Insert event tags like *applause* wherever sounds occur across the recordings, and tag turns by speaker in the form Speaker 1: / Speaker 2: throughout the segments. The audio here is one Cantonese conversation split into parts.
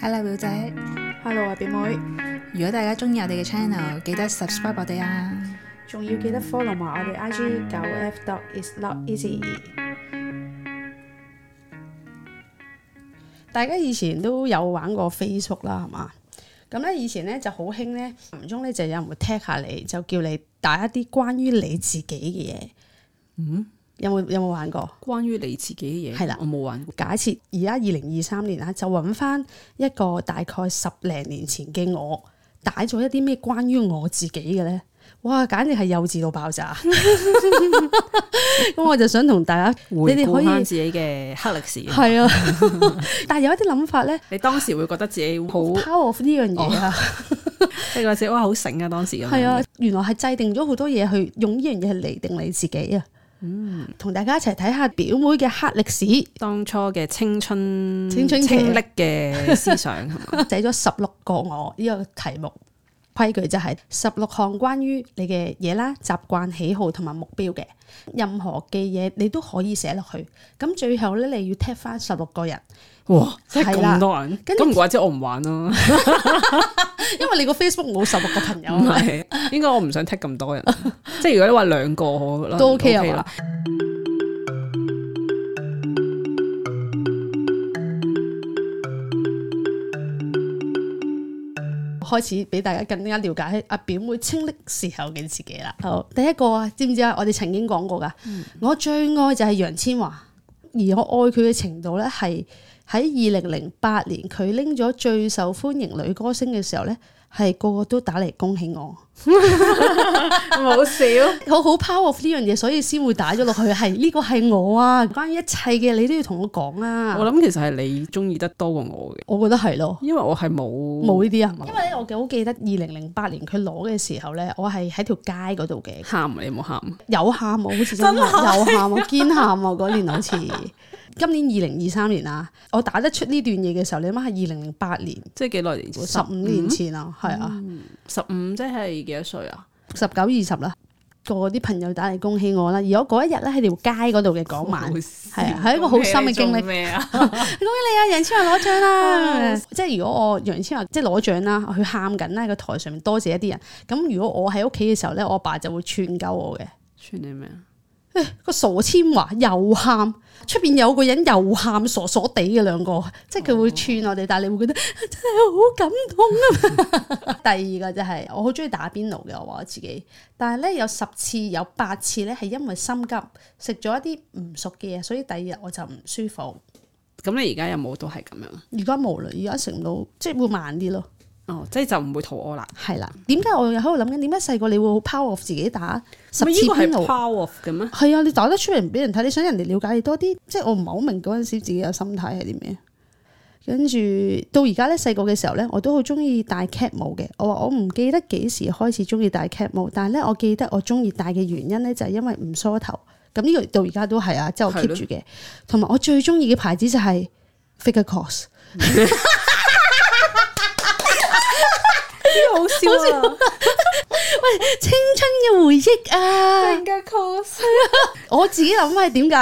Speaker 1: Hello 表姐，
Speaker 2: Hello 啊，表妹，
Speaker 1: 如果大家中意我哋嘅 channel，記得 subscribe 我哋啊！
Speaker 2: 仲要記得 follow 埋我哋 IG 九 F dot is not easy。大家以前都有玩過 Facebook 啦，係嘛？咁咧以前咧就好興咧，唔中咧就有人會 tag 下你，就叫你打一啲關於你自己嘅嘢。嗯，有冇有冇玩過？
Speaker 3: 關於你自己嘅嘢，
Speaker 2: 係啦
Speaker 3: 我冇玩過。
Speaker 2: 假設而家二零二三年啦，就揾翻一個大概十零年前嘅我，打咗一啲咩關於我自己嘅呢？哇，簡直係幼稚到爆
Speaker 3: *laughs*
Speaker 2: 炸！咁我就想同大家，你
Speaker 3: 你
Speaker 2: 哋
Speaker 3: 哋
Speaker 2: 可
Speaker 3: 可以
Speaker 2: 以
Speaker 3: 自己嘅黑歷史，
Speaker 2: 係啊， *laughs* 但係有一啲諗法呢
Speaker 3: 你
Speaker 1: *laughs*
Speaker 3: 當時會覺得自己好哦
Speaker 2: power of 呢樣嘢啊，
Speaker 3: 即係嗰時哇好醒啊！當時咁樣
Speaker 2: 係啊，原來係制定咗好多嘢去用呢樣嘢嚟定你自己啊。
Speaker 3: 嗯
Speaker 2: 同大家一齊睇下表妹嘅黑歷史。
Speaker 3: 當初嘅青春
Speaker 2: 青春期啊
Speaker 3: 清嗯歷嘅思想係
Speaker 2: *laughs*
Speaker 3: 嘛？
Speaker 2: 寫咗十六個我呢個題目規矩就係十六項關於你嘅嘢啦、習慣、喜好同埋目標嘅，任何嘅嘢你都可以寫落去。咁最後咧，你要踢翻十六個人，
Speaker 3: 哇！即係
Speaker 2: 係啦
Speaker 3: 咁多人，
Speaker 2: 跟住
Speaker 3: 咁唔怪之我唔玩咯，
Speaker 2: 因為你個 Facebook 冇十六個朋友
Speaker 3: 唔
Speaker 2: 啊嘛。
Speaker 3: 係應該我唔想剔咁
Speaker 2: *laughs*
Speaker 3: 多人。即係如果你話兩個好啦，
Speaker 2: 都 OK 啊
Speaker 3: 啦。
Speaker 2: 開始俾大家更加了解阿表妹清歷時候嘅自己啦。好，第一個啊，知唔知啊？我哋曾經講過噶，我最愛就係楊千嬅，而我愛佢嘅程度咧係喺二零零八年佢拎咗最受歡迎女歌星嘅時候咧，係個個都打嚟恭喜我，
Speaker 3: 冇笑，
Speaker 2: 好好 power of 呢樣嘢，所以先會打咗落去係呢個係我啊，關於一切嘅你都要同我講啊。
Speaker 3: *laughs* 我諗其實係你中意得多過我嘅，
Speaker 2: 我覺得係咯。
Speaker 3: 因為我係冇
Speaker 2: 冇呢啲啊，因為咧我好記得二零零八年佢攞嘅時候咧，我係喺條街嗰度嘅，
Speaker 3: 喊，啊你有冇喊？
Speaker 2: 有喊喎，好似真係有喊喎，堅喊喎嗰年好似。 *laughs* 今年二零二三年啊，我打得出呢段嘢嘅時候，你諗下二零零八年，
Speaker 3: 即係幾耐年前？
Speaker 2: 十五年前啊，係啊，
Speaker 3: 十五即係幾多歲啊？
Speaker 2: 十九二十啦，個啲朋友打嚟恭喜我啦，而我嗰一日咧喺條街嗰度嘅嗰 *laughs* 晚，係啊，係一個好深嘅經歷。
Speaker 3: 咩啊？
Speaker 2: 你啊，楊千嬅攞獎 *laughs* 啦！即係如果我楊千嬅即係攞獎啦，佢喊緊啦喺個台上面多謝一啲人。咁如果我喺屋企嘅時候咧，我阿爸就會串鳩我嘅。
Speaker 3: 算你咩啊？
Speaker 2: 個傻千嬅又喊，出邊有個人又喊，傻傻地嘅兩個，即係佢
Speaker 3: 哦
Speaker 2: 會串我哋，但係你會覺得 *laughs* 真係好感動啊！ *laughs* 第二個就係、我好中意打邊爐嘅，我話我自己，但係咧有十次有八次咧係因為心急食咗一啲唔熟嘅嘢，所以第二日我就唔舒服。
Speaker 3: 咁你而家有冇都係咁樣？
Speaker 2: 而家無啦，而家食唔到，即係會慢啲咯。
Speaker 3: 哦，即係就唔會肚屙啦。
Speaker 2: 係啦，點解我又喺度諗緊？點解細個你會好 power off 自己打十次
Speaker 3: 咪呢個
Speaker 2: 邊
Speaker 3: 係
Speaker 2: 爐？
Speaker 3: power off *laughs* 嘅咩？
Speaker 2: 係啊，你打得出嚟唔俾人睇，你想人哋了解你多啲，即係我唔係好明嗰陣時自己嘅心態係啲咩。跟住到而家咧，細個嘅時候咧，我都好中意戴 cap 帽嘅。我話我唔記得幾時開始中意戴 cap 帽，但係咧我記得我中意戴嘅原因咧就係因為唔梳頭。咁呢個到而家都係啊，即係我
Speaker 3: 係
Speaker 2: keep
Speaker 3: 咯
Speaker 2: 住嘅。同埋我最中意嘅牌子就係 Figure Course。
Speaker 3: 好笑啊！
Speaker 2: 青春嘅回憶啊！
Speaker 3: 嘅 cos
Speaker 2: 我自己諗係點解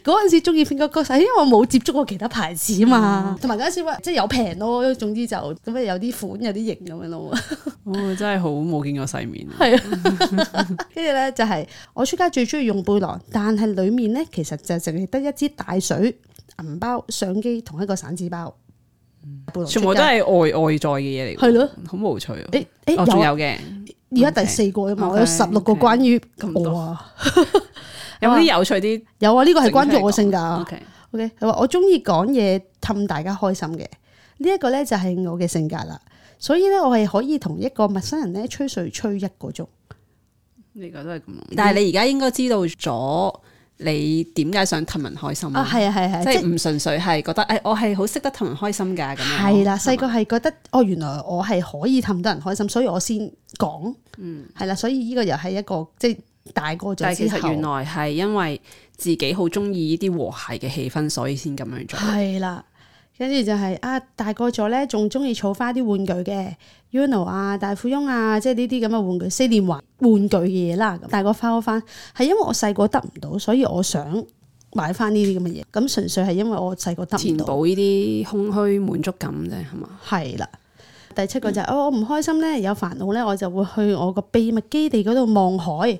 Speaker 2: *laughs* 嗰陣時中意 Finger Cross，係因為我冇接觸過其他牌子啊嘛，
Speaker 3: 嗯
Speaker 2: 同埋嗰陣時話即係有平咯，總之就咁啊有啲款有啲型咁樣咯。
Speaker 3: 我哦真係好冇見過世面啊！
Speaker 2: 係啊， *laughs* 跟住咧就係、我出街最中意用背囊，但係裡面咧其實就淨係得一支大水、銀包、相機同一個散紙包，背囊出街
Speaker 3: 嗯全部都係外外在嘅嘢嚟㗎，
Speaker 2: 係咯。
Speaker 3: 好無趣啊！
Speaker 2: 誒誒
Speaker 3: 哦，
Speaker 2: 有
Speaker 3: 仲
Speaker 2: 啊
Speaker 3: 有嘅，
Speaker 2: 而家第四個啊嘛，我有
Speaker 3: OK，
Speaker 2: 十六個
Speaker 3: OK，
Speaker 2: 關於
Speaker 3: 咁多
Speaker 2: 我啊，
Speaker 3: 有冇啲有趣啲
Speaker 2: 有啊，呢個係關於我性
Speaker 3: 整出嚟
Speaker 2: 格
Speaker 3: 講
Speaker 2: 啊。
Speaker 3: ？OK，
Speaker 2: OK，佢話我中意講嘢氹大家開心嘅，呢、一個咧就係我嘅性格啦。所以咧，我係可以同一個陌生人咧吹水吹一個鐘。
Speaker 3: 呢個都係咁諗。但係你而家應該知道咗你點解想氹人開心
Speaker 2: 啊，係啊，係啊，
Speaker 3: 嗯即
Speaker 2: 係啊
Speaker 3: 係唔純粹係覺得誒，我係好識得氹人開心啊㗎咁
Speaker 2: 即
Speaker 3: 樣。
Speaker 2: 係啦。細個係覺得哦，原來我係可以氹得人開心，所以我先講。嗯，係啦，所以呢個又係一個即係大個
Speaker 3: 但
Speaker 2: 咗
Speaker 3: 係其
Speaker 2: 之
Speaker 3: 實原
Speaker 2: 後，
Speaker 3: 來係因為自己好中意呢啲和諧嘅氣氛，所以先咁樣做。
Speaker 2: 係啦。跟住就係、啊，大個咗咧，仲中意儲翻啲玩具嘅，Uno 啊、大富翁啊，即係呢啲咁嘅玩具、四連環玩具嘅嘢啦。咁大個翻翻，係因為我細個得唔到，所以我想買翻呢啲咁嘅嘢。咁純粹係因為我細個得
Speaker 3: 填
Speaker 2: 唔到。
Speaker 3: 補呢啲空虛滿足感啫，係嘛？
Speaker 2: 係啦。第七個就係、哦，我唔開心咧，有煩惱咧，我就會去我個秘密基地嗰度望海。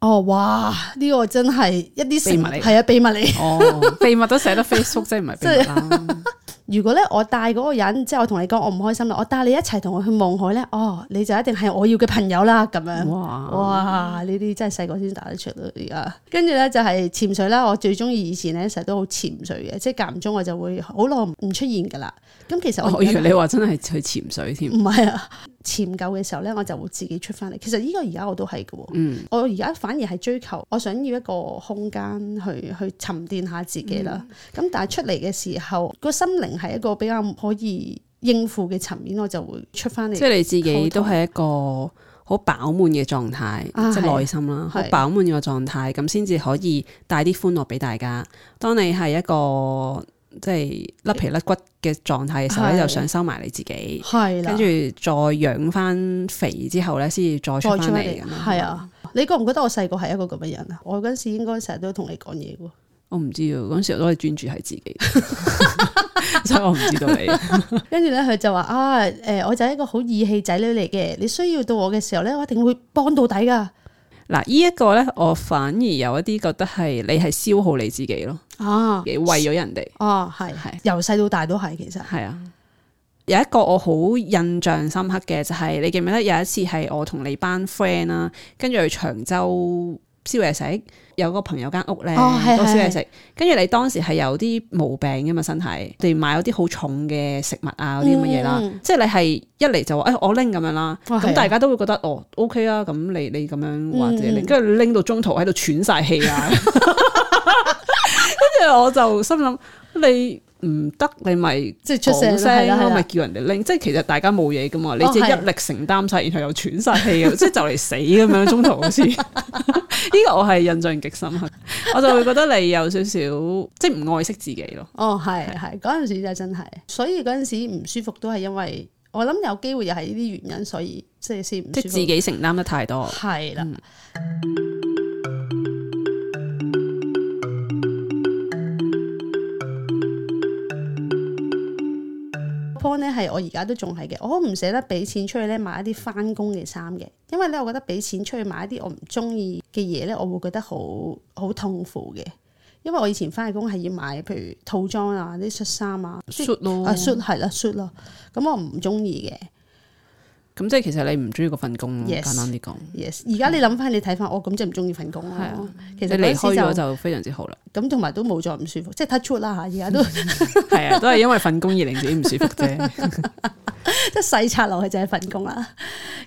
Speaker 2: 哦，哇！呢、個真係一啲食
Speaker 3: 秘
Speaker 2: 物
Speaker 3: 密嚟
Speaker 2: 係啊，秘密嚟。
Speaker 3: 哦，秘密都寫
Speaker 2: *laughs*
Speaker 3: 得 Facebook 啫，唔係秘密啦。
Speaker 2: 如果咧我帶嗰個人，即係我同你講我唔開心啦，我帶你一齊同我去望海咧，哦，你就一定係我要嘅朋友啦， *laughs* 咁樣。
Speaker 3: 哇，
Speaker 2: 哇！呢啲真係細個先打得出咯，而家。跟住咧就係潛水啦，我最中意以前咧成日都好潛水嘅，即係間唔中我就會好耐唔出現㗎啦。咁其實我
Speaker 3: 我
Speaker 2: 而
Speaker 3: 以
Speaker 2: 家
Speaker 3: 哦為你話真係去潛水添。
Speaker 2: 唔係啊，潛夠嘅時候咧，我就會自己出翻嚟。其實呢個而家我都係嘅喎，
Speaker 3: 嗯，
Speaker 2: 我而家反而係追求我想要一個空間去去沉澱下自己啦。
Speaker 3: 嗯
Speaker 2: 咁、但係出嚟嘅時候，個心靈係一個比較可以應付嘅層面，我就會出翻嚟
Speaker 3: 即。係你自己都係一個好飽滿嘅狀態，
Speaker 2: 啊
Speaker 3: 即
Speaker 2: 係
Speaker 3: 係內心啦，好
Speaker 2: 係
Speaker 3: 飽滿嘅狀態，咁先至可以帶啲歡樂俾大家。當你係一個即係甩皮甩骨嘅狀態嘅時候咧，
Speaker 2: 係
Speaker 3: 就想收埋你自己，
Speaker 2: 係啦
Speaker 3: 跟住，再養翻肥之後咧，先至再出
Speaker 2: 再
Speaker 3: 翻
Speaker 2: 出
Speaker 3: 嚟
Speaker 2: 嚟
Speaker 3: 咁樣。
Speaker 2: 係，啊！你覺唔覺得我細個係一個咁嘅人啊？我嗰陣時應該成日都同你講嘢嘅喎。
Speaker 3: *laughs* 我唔知啊，嗰陣時我都係專注喺自己， *laughs* 所以我唔知道你。
Speaker 2: 跟住咧，佢就話啊，誒、我就係一個好義氣仔女嚟嘅。你需要到我嘅時候咧，我一定會幫到底㗎。
Speaker 3: 嗱，呢一個咧，我反而有一啲覺得係你係消耗你自己咯，
Speaker 2: 啊
Speaker 3: 你為咗人哋。
Speaker 2: 啊，係
Speaker 3: 係
Speaker 2: 由細到大都係其實。
Speaker 3: 係啊，有一個我好印象深刻嘅就係、你記唔記得有一次係我同你班 friend 啦，跟住去長洲燒嘢食，有個朋友間屋咧，
Speaker 2: 哦係
Speaker 3: 個
Speaker 2: 係
Speaker 3: 燒嘢食，跟住你當時係有啲毛病噶嘛身體，我哋買咗啲好重嘅食物啊嗰啲咁嘅嘢啦，
Speaker 2: 嗯嗯
Speaker 3: 即係你係一嚟就話誒、哎我拎咁樣啦，
Speaker 2: 哇係啊
Speaker 3: 咁大家都會覺得哦 OK 啊，咁你你咁樣或者
Speaker 2: 嗯
Speaker 3: 你
Speaker 2: 嗯
Speaker 3: 跟住你拎到中途喺度喘晒氣
Speaker 2: *laughs*
Speaker 3: 啊，跟住我就心諗你。唔得，你咪
Speaker 2: 即係出聲
Speaker 3: 講
Speaker 2: 咯係啦係
Speaker 3: 咯，
Speaker 2: 啦
Speaker 3: 咪叫人哋拎。即係其實大家冇嘢噶嘛，你
Speaker 2: 哦
Speaker 3: 自己
Speaker 2: 係
Speaker 3: 一力承擔晒，然後又喘晒氣啊 *laughs* 咁，即係就嚟死咁樣，中途好似 *laughs* 呢個我係印象極深刻，我就會覺得你有少少即係唔愛惜自己咯。
Speaker 2: 哦，係係嗰陣時就真係，所以嗰陣時唔舒服都係因為我諗有機會又係呢啲原因，所以即係先唔舒服。
Speaker 3: 即係自己承擔得太多，
Speaker 2: 係啦。point 咧係我而家都仲係嘅，我好唔捨得俾錢出去咧買一啲翻工嘅衫嘅，因為咧我覺得俾錢出去買一啲我唔中意嘅嘢咧，我會覺得好好痛苦嘅，因為我以前翻嘅工係要買譬如套裝啊、啲恤衫啊、
Speaker 3: suit 咯。
Speaker 2: 啊 suit 係啦 suit 咯，咁我唔中意嘅。
Speaker 3: 咁即係其實你唔中意嗰份工咯，
Speaker 2: Yes
Speaker 3: 簡單啲講，
Speaker 2: yes，而家你諗翻，你睇翻，我咁即係唔中意份工
Speaker 3: 係啊
Speaker 2: 咯。其
Speaker 3: 你
Speaker 2: 實嗰
Speaker 3: 離開咗
Speaker 2: 陣時
Speaker 3: 就非常之好啦。
Speaker 2: 就咁，同埋都冇再唔舒服，即係 touch wood 啦嚇。而家
Speaker 3: *laughs*
Speaker 2: 都即
Speaker 3: 係啊，都係因為份工而令自己唔舒服啫。
Speaker 2: *laughs* 係細拆落去就係份工啦。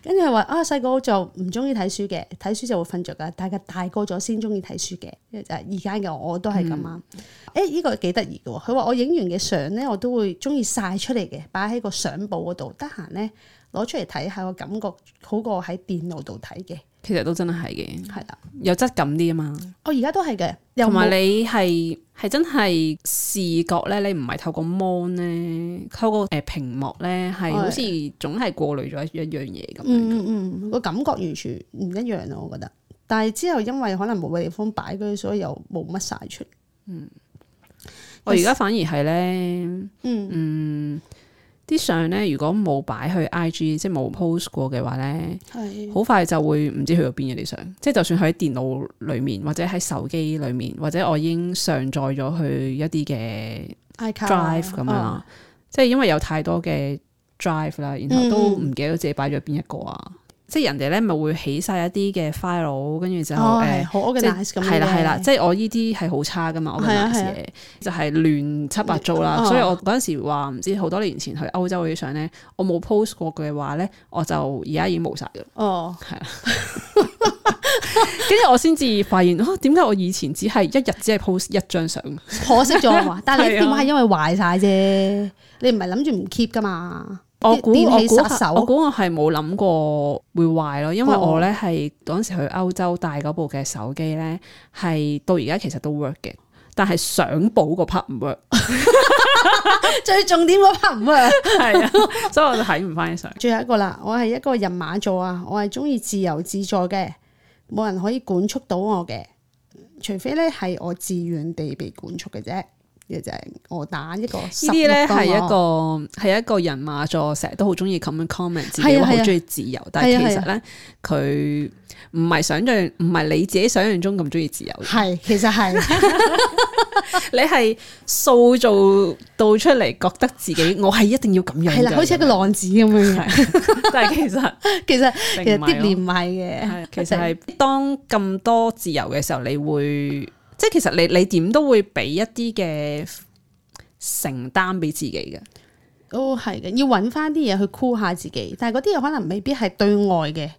Speaker 2: 跟住佢話啊，細個就唔中意睇書嘅，睇書就會瞓着噶。但係大個咗先中意睇書嘅，就係而家嘅我都係咁啊。
Speaker 3: 嗯
Speaker 2: 誒呢個幾得意嘅喎，佢話我影完嘅相咧，我都會中意晒出嚟嘅，擺喺個相簿嗰度，得閒咧攞出嚟睇下，個感覺好過喺電腦度睇嘅，
Speaker 3: 其實都真係嘅，
Speaker 2: 係啦。
Speaker 3: 有質感啲啊嘛。
Speaker 2: 我而家都係嘅，又
Speaker 3: 嗯同埋
Speaker 2: 冇
Speaker 3: 你係係真係視覺咧，你唔係透過 mon 咧，透過誒屏幕咧，係好似總係過濾咗一一樣嘢咁樣。
Speaker 2: 嗯嗯嗯，個感覺完全唔一樣咯，我覺得。但係之後因為可能冇嘅地方擺，跟住所以又冇乜晒出。
Speaker 3: 我而家反而係咧，嗯啲相咧如果冇擺去 IG，即係冇 post 過嘅話
Speaker 2: 嗯
Speaker 3: 咧，
Speaker 2: 係
Speaker 3: 好快就會唔知去到邊嘅啲相。即係就算喺電腦裡面，或者喺手機裡面，或者我已經上載咗去一啲嘅
Speaker 2: 啊
Speaker 3: drive 咁樣
Speaker 2: 哦
Speaker 3: 啦，啊即係因為有太多嘅 drive 啦，然
Speaker 2: 嗯
Speaker 3: 後都唔記得自己擺咗邊一個啊，即係人哋咧咪會起晒一啲嘅 file，跟住就
Speaker 2: 哦，係
Speaker 3: 誒。
Speaker 2: 好
Speaker 3: 即
Speaker 2: organize 咁樣嘅。
Speaker 3: 係啦係啦，即係我呢啲係好差噶嘛，我嘅
Speaker 2: 係啊
Speaker 3: n
Speaker 2: 係啊
Speaker 3: 嘢就係亂七八糟啦，
Speaker 2: 哦
Speaker 3: 所以我嗰陣時話唔知好多年前去歐洲嗰啲相咧，我冇 post 過嘅話咧，我就而家已經冇晒㗎啦。 *laughs*
Speaker 2: 哦，
Speaker 3: 跟住我先至發現，啊點解我以前只係一日只係 post 一張相？
Speaker 2: 可惜咗啊嘛。但係你
Speaker 3: 係啊
Speaker 2: 電話係因為壞晒啫，你唔係諗住唔 keep 噶
Speaker 3: *laughs*
Speaker 2: 嘛？
Speaker 3: 我估
Speaker 2: 電
Speaker 3: 我
Speaker 2: 器
Speaker 3: 估
Speaker 2: 殺手
Speaker 3: 我估我係冇諗過會壞咯，因為
Speaker 2: 哦
Speaker 3: 我咧係嗰陣時去歐洲帶嗰部嘅手機咧，係到而家其實都 work 嘅，但係相簿嗰 part 唔 work，
Speaker 2: 最重點嗰 part 唔 work
Speaker 3: 係啊， *laughs* 所以我就睇唔翻啲相。
Speaker 2: 最後一個啦，我係一個人馬座啊，我係中意自由自在嘅，冇人可以管束到我嘅。除非咧係我自願地被管束嘅啫，嘅就係我打一個呢
Speaker 3: 呢啲咧係一個係一個人馬座，成日都好中意咁樣 comment 自己
Speaker 2: 係啊
Speaker 3: 話
Speaker 2: 係啊
Speaker 3: 好中意自由，但
Speaker 2: 係
Speaker 3: 係
Speaker 2: 啊
Speaker 3: 其實咧佢唔係想象，唔係你自己想象中咁中意自由，
Speaker 2: 係，其實係
Speaker 3: 你係塑造到出嚟，覺得自己我係一定要咁樣㗎，
Speaker 2: 係啦，好似一個
Speaker 3: 咁樣
Speaker 2: 浪子咁樣嘅。
Speaker 3: 但 *laughs* 係其實
Speaker 2: 其實其實
Speaker 3: 並唔係
Speaker 2: 啲
Speaker 3: 咯
Speaker 2: 年唔係嘅，
Speaker 3: 其實係當咁多自由嘅時候，你會即係其實你你點都會俾一啲嘅承擔俾自己嘅。
Speaker 2: 都係嘅，要揾翻啲嘢去箍下自己，但係嗰啲嘢可能未必係對外嘅，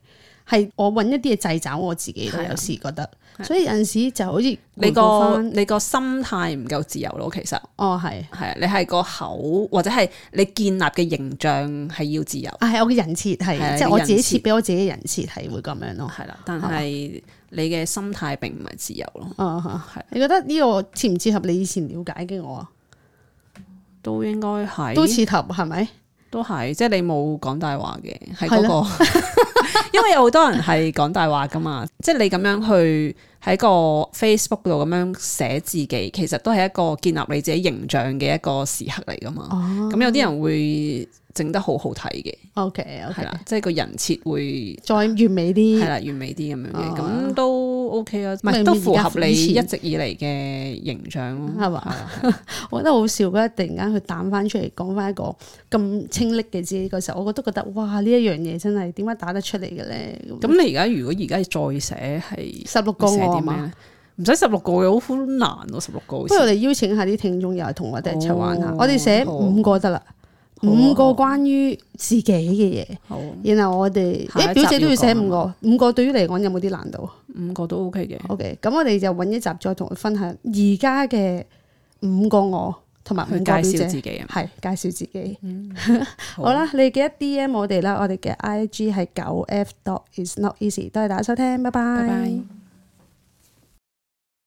Speaker 2: 係我揾一啲嘢掣肘我自己咯。
Speaker 3: 係啊
Speaker 2: 有時覺得，所以有陣時就好似
Speaker 3: 你
Speaker 2: 回顧
Speaker 3: 個
Speaker 2: 返
Speaker 3: 你個心態唔夠自由咯，其實
Speaker 2: 哦係
Speaker 3: 係啊，你係個口或者係你建立嘅形象係要自由，
Speaker 2: 啊係我嘅人設係，
Speaker 3: 係啊
Speaker 2: 即係我自己
Speaker 3: 人設
Speaker 2: 設俾我自己嘅人設係會咁樣咯。
Speaker 3: 係啦，但
Speaker 2: 哦
Speaker 3: 係你嘅心態並唔係自由咯，
Speaker 2: 啊
Speaker 3: 係
Speaker 2: 你覺得呢個切唔切合你以前了解嘅我啊？
Speaker 3: 都應該係
Speaker 2: 都切合係咪？
Speaker 3: 都係，即係你冇講大話嘅，係
Speaker 2: 係
Speaker 3: 嗰、個， *laughs* 因為有好多人係講大話噶嘛，即係你咁樣去喺個 Facebook 度咁樣寫自己，其實都係一個建立你自己形象嘅一個時刻嚟噶嘛。
Speaker 2: 哦
Speaker 3: 咁、有啲人會整得好好睇嘅，
Speaker 2: ，OK
Speaker 3: 係
Speaker 2: OK，
Speaker 3: 啦，即係個人設會
Speaker 2: 再完美啲
Speaker 3: 係。啦完美啲咁樣嘅，咁、
Speaker 2: 哦
Speaker 3: 都 OK 啊，唔
Speaker 2: 咪
Speaker 3: 係都符合你
Speaker 2: 以前嗯
Speaker 3: 一直以嚟嘅形象咯，
Speaker 2: 係嘛
Speaker 3: 啊？
Speaker 2: 我覺得好笑嘅，突然間佢彈翻出嚟講翻一個咁清晰嘅字嗰時候，我都覺得哇呢一樣嘢真係點解打得出嚟嘅咧？咁
Speaker 3: 咁你而家如果而家再寫係？
Speaker 2: 十六個
Speaker 3: 寫
Speaker 2: 我啊
Speaker 3: 啲咩
Speaker 2: 嘛，
Speaker 3: 咧？唔使十六個嘅，好難咯，十六個好
Speaker 2: 不
Speaker 3: 似。
Speaker 2: 如我哋邀請下啲聽眾又係同我哋一齊玩下，
Speaker 3: 哦
Speaker 2: 我哋寫五個得啦，
Speaker 3: 好啊
Speaker 2: 五個關於自己嘅嘢，
Speaker 3: 好
Speaker 2: 然後我哋
Speaker 3: 下
Speaker 2: 誒
Speaker 3: 一集
Speaker 2: 表姐都要寫五
Speaker 3: 要
Speaker 2: 個，五個對於嚟講有冇啲難度
Speaker 3: 五個都 OK 嘅。
Speaker 2: ？OK，咁我哋就揾一集再同佢分享而家嘅五個我同埋五
Speaker 3: 去
Speaker 2: 個
Speaker 3: 介
Speaker 2: 表
Speaker 3: 紹
Speaker 2: 姐
Speaker 3: 自。己啊！
Speaker 2: 係介紹自己。
Speaker 3: 好
Speaker 2: 好啦，你記得 D M 我哋啦，我哋嘅 I G 係九 F dot is not easy。多謝大家收聽，拜
Speaker 3: 拜拜。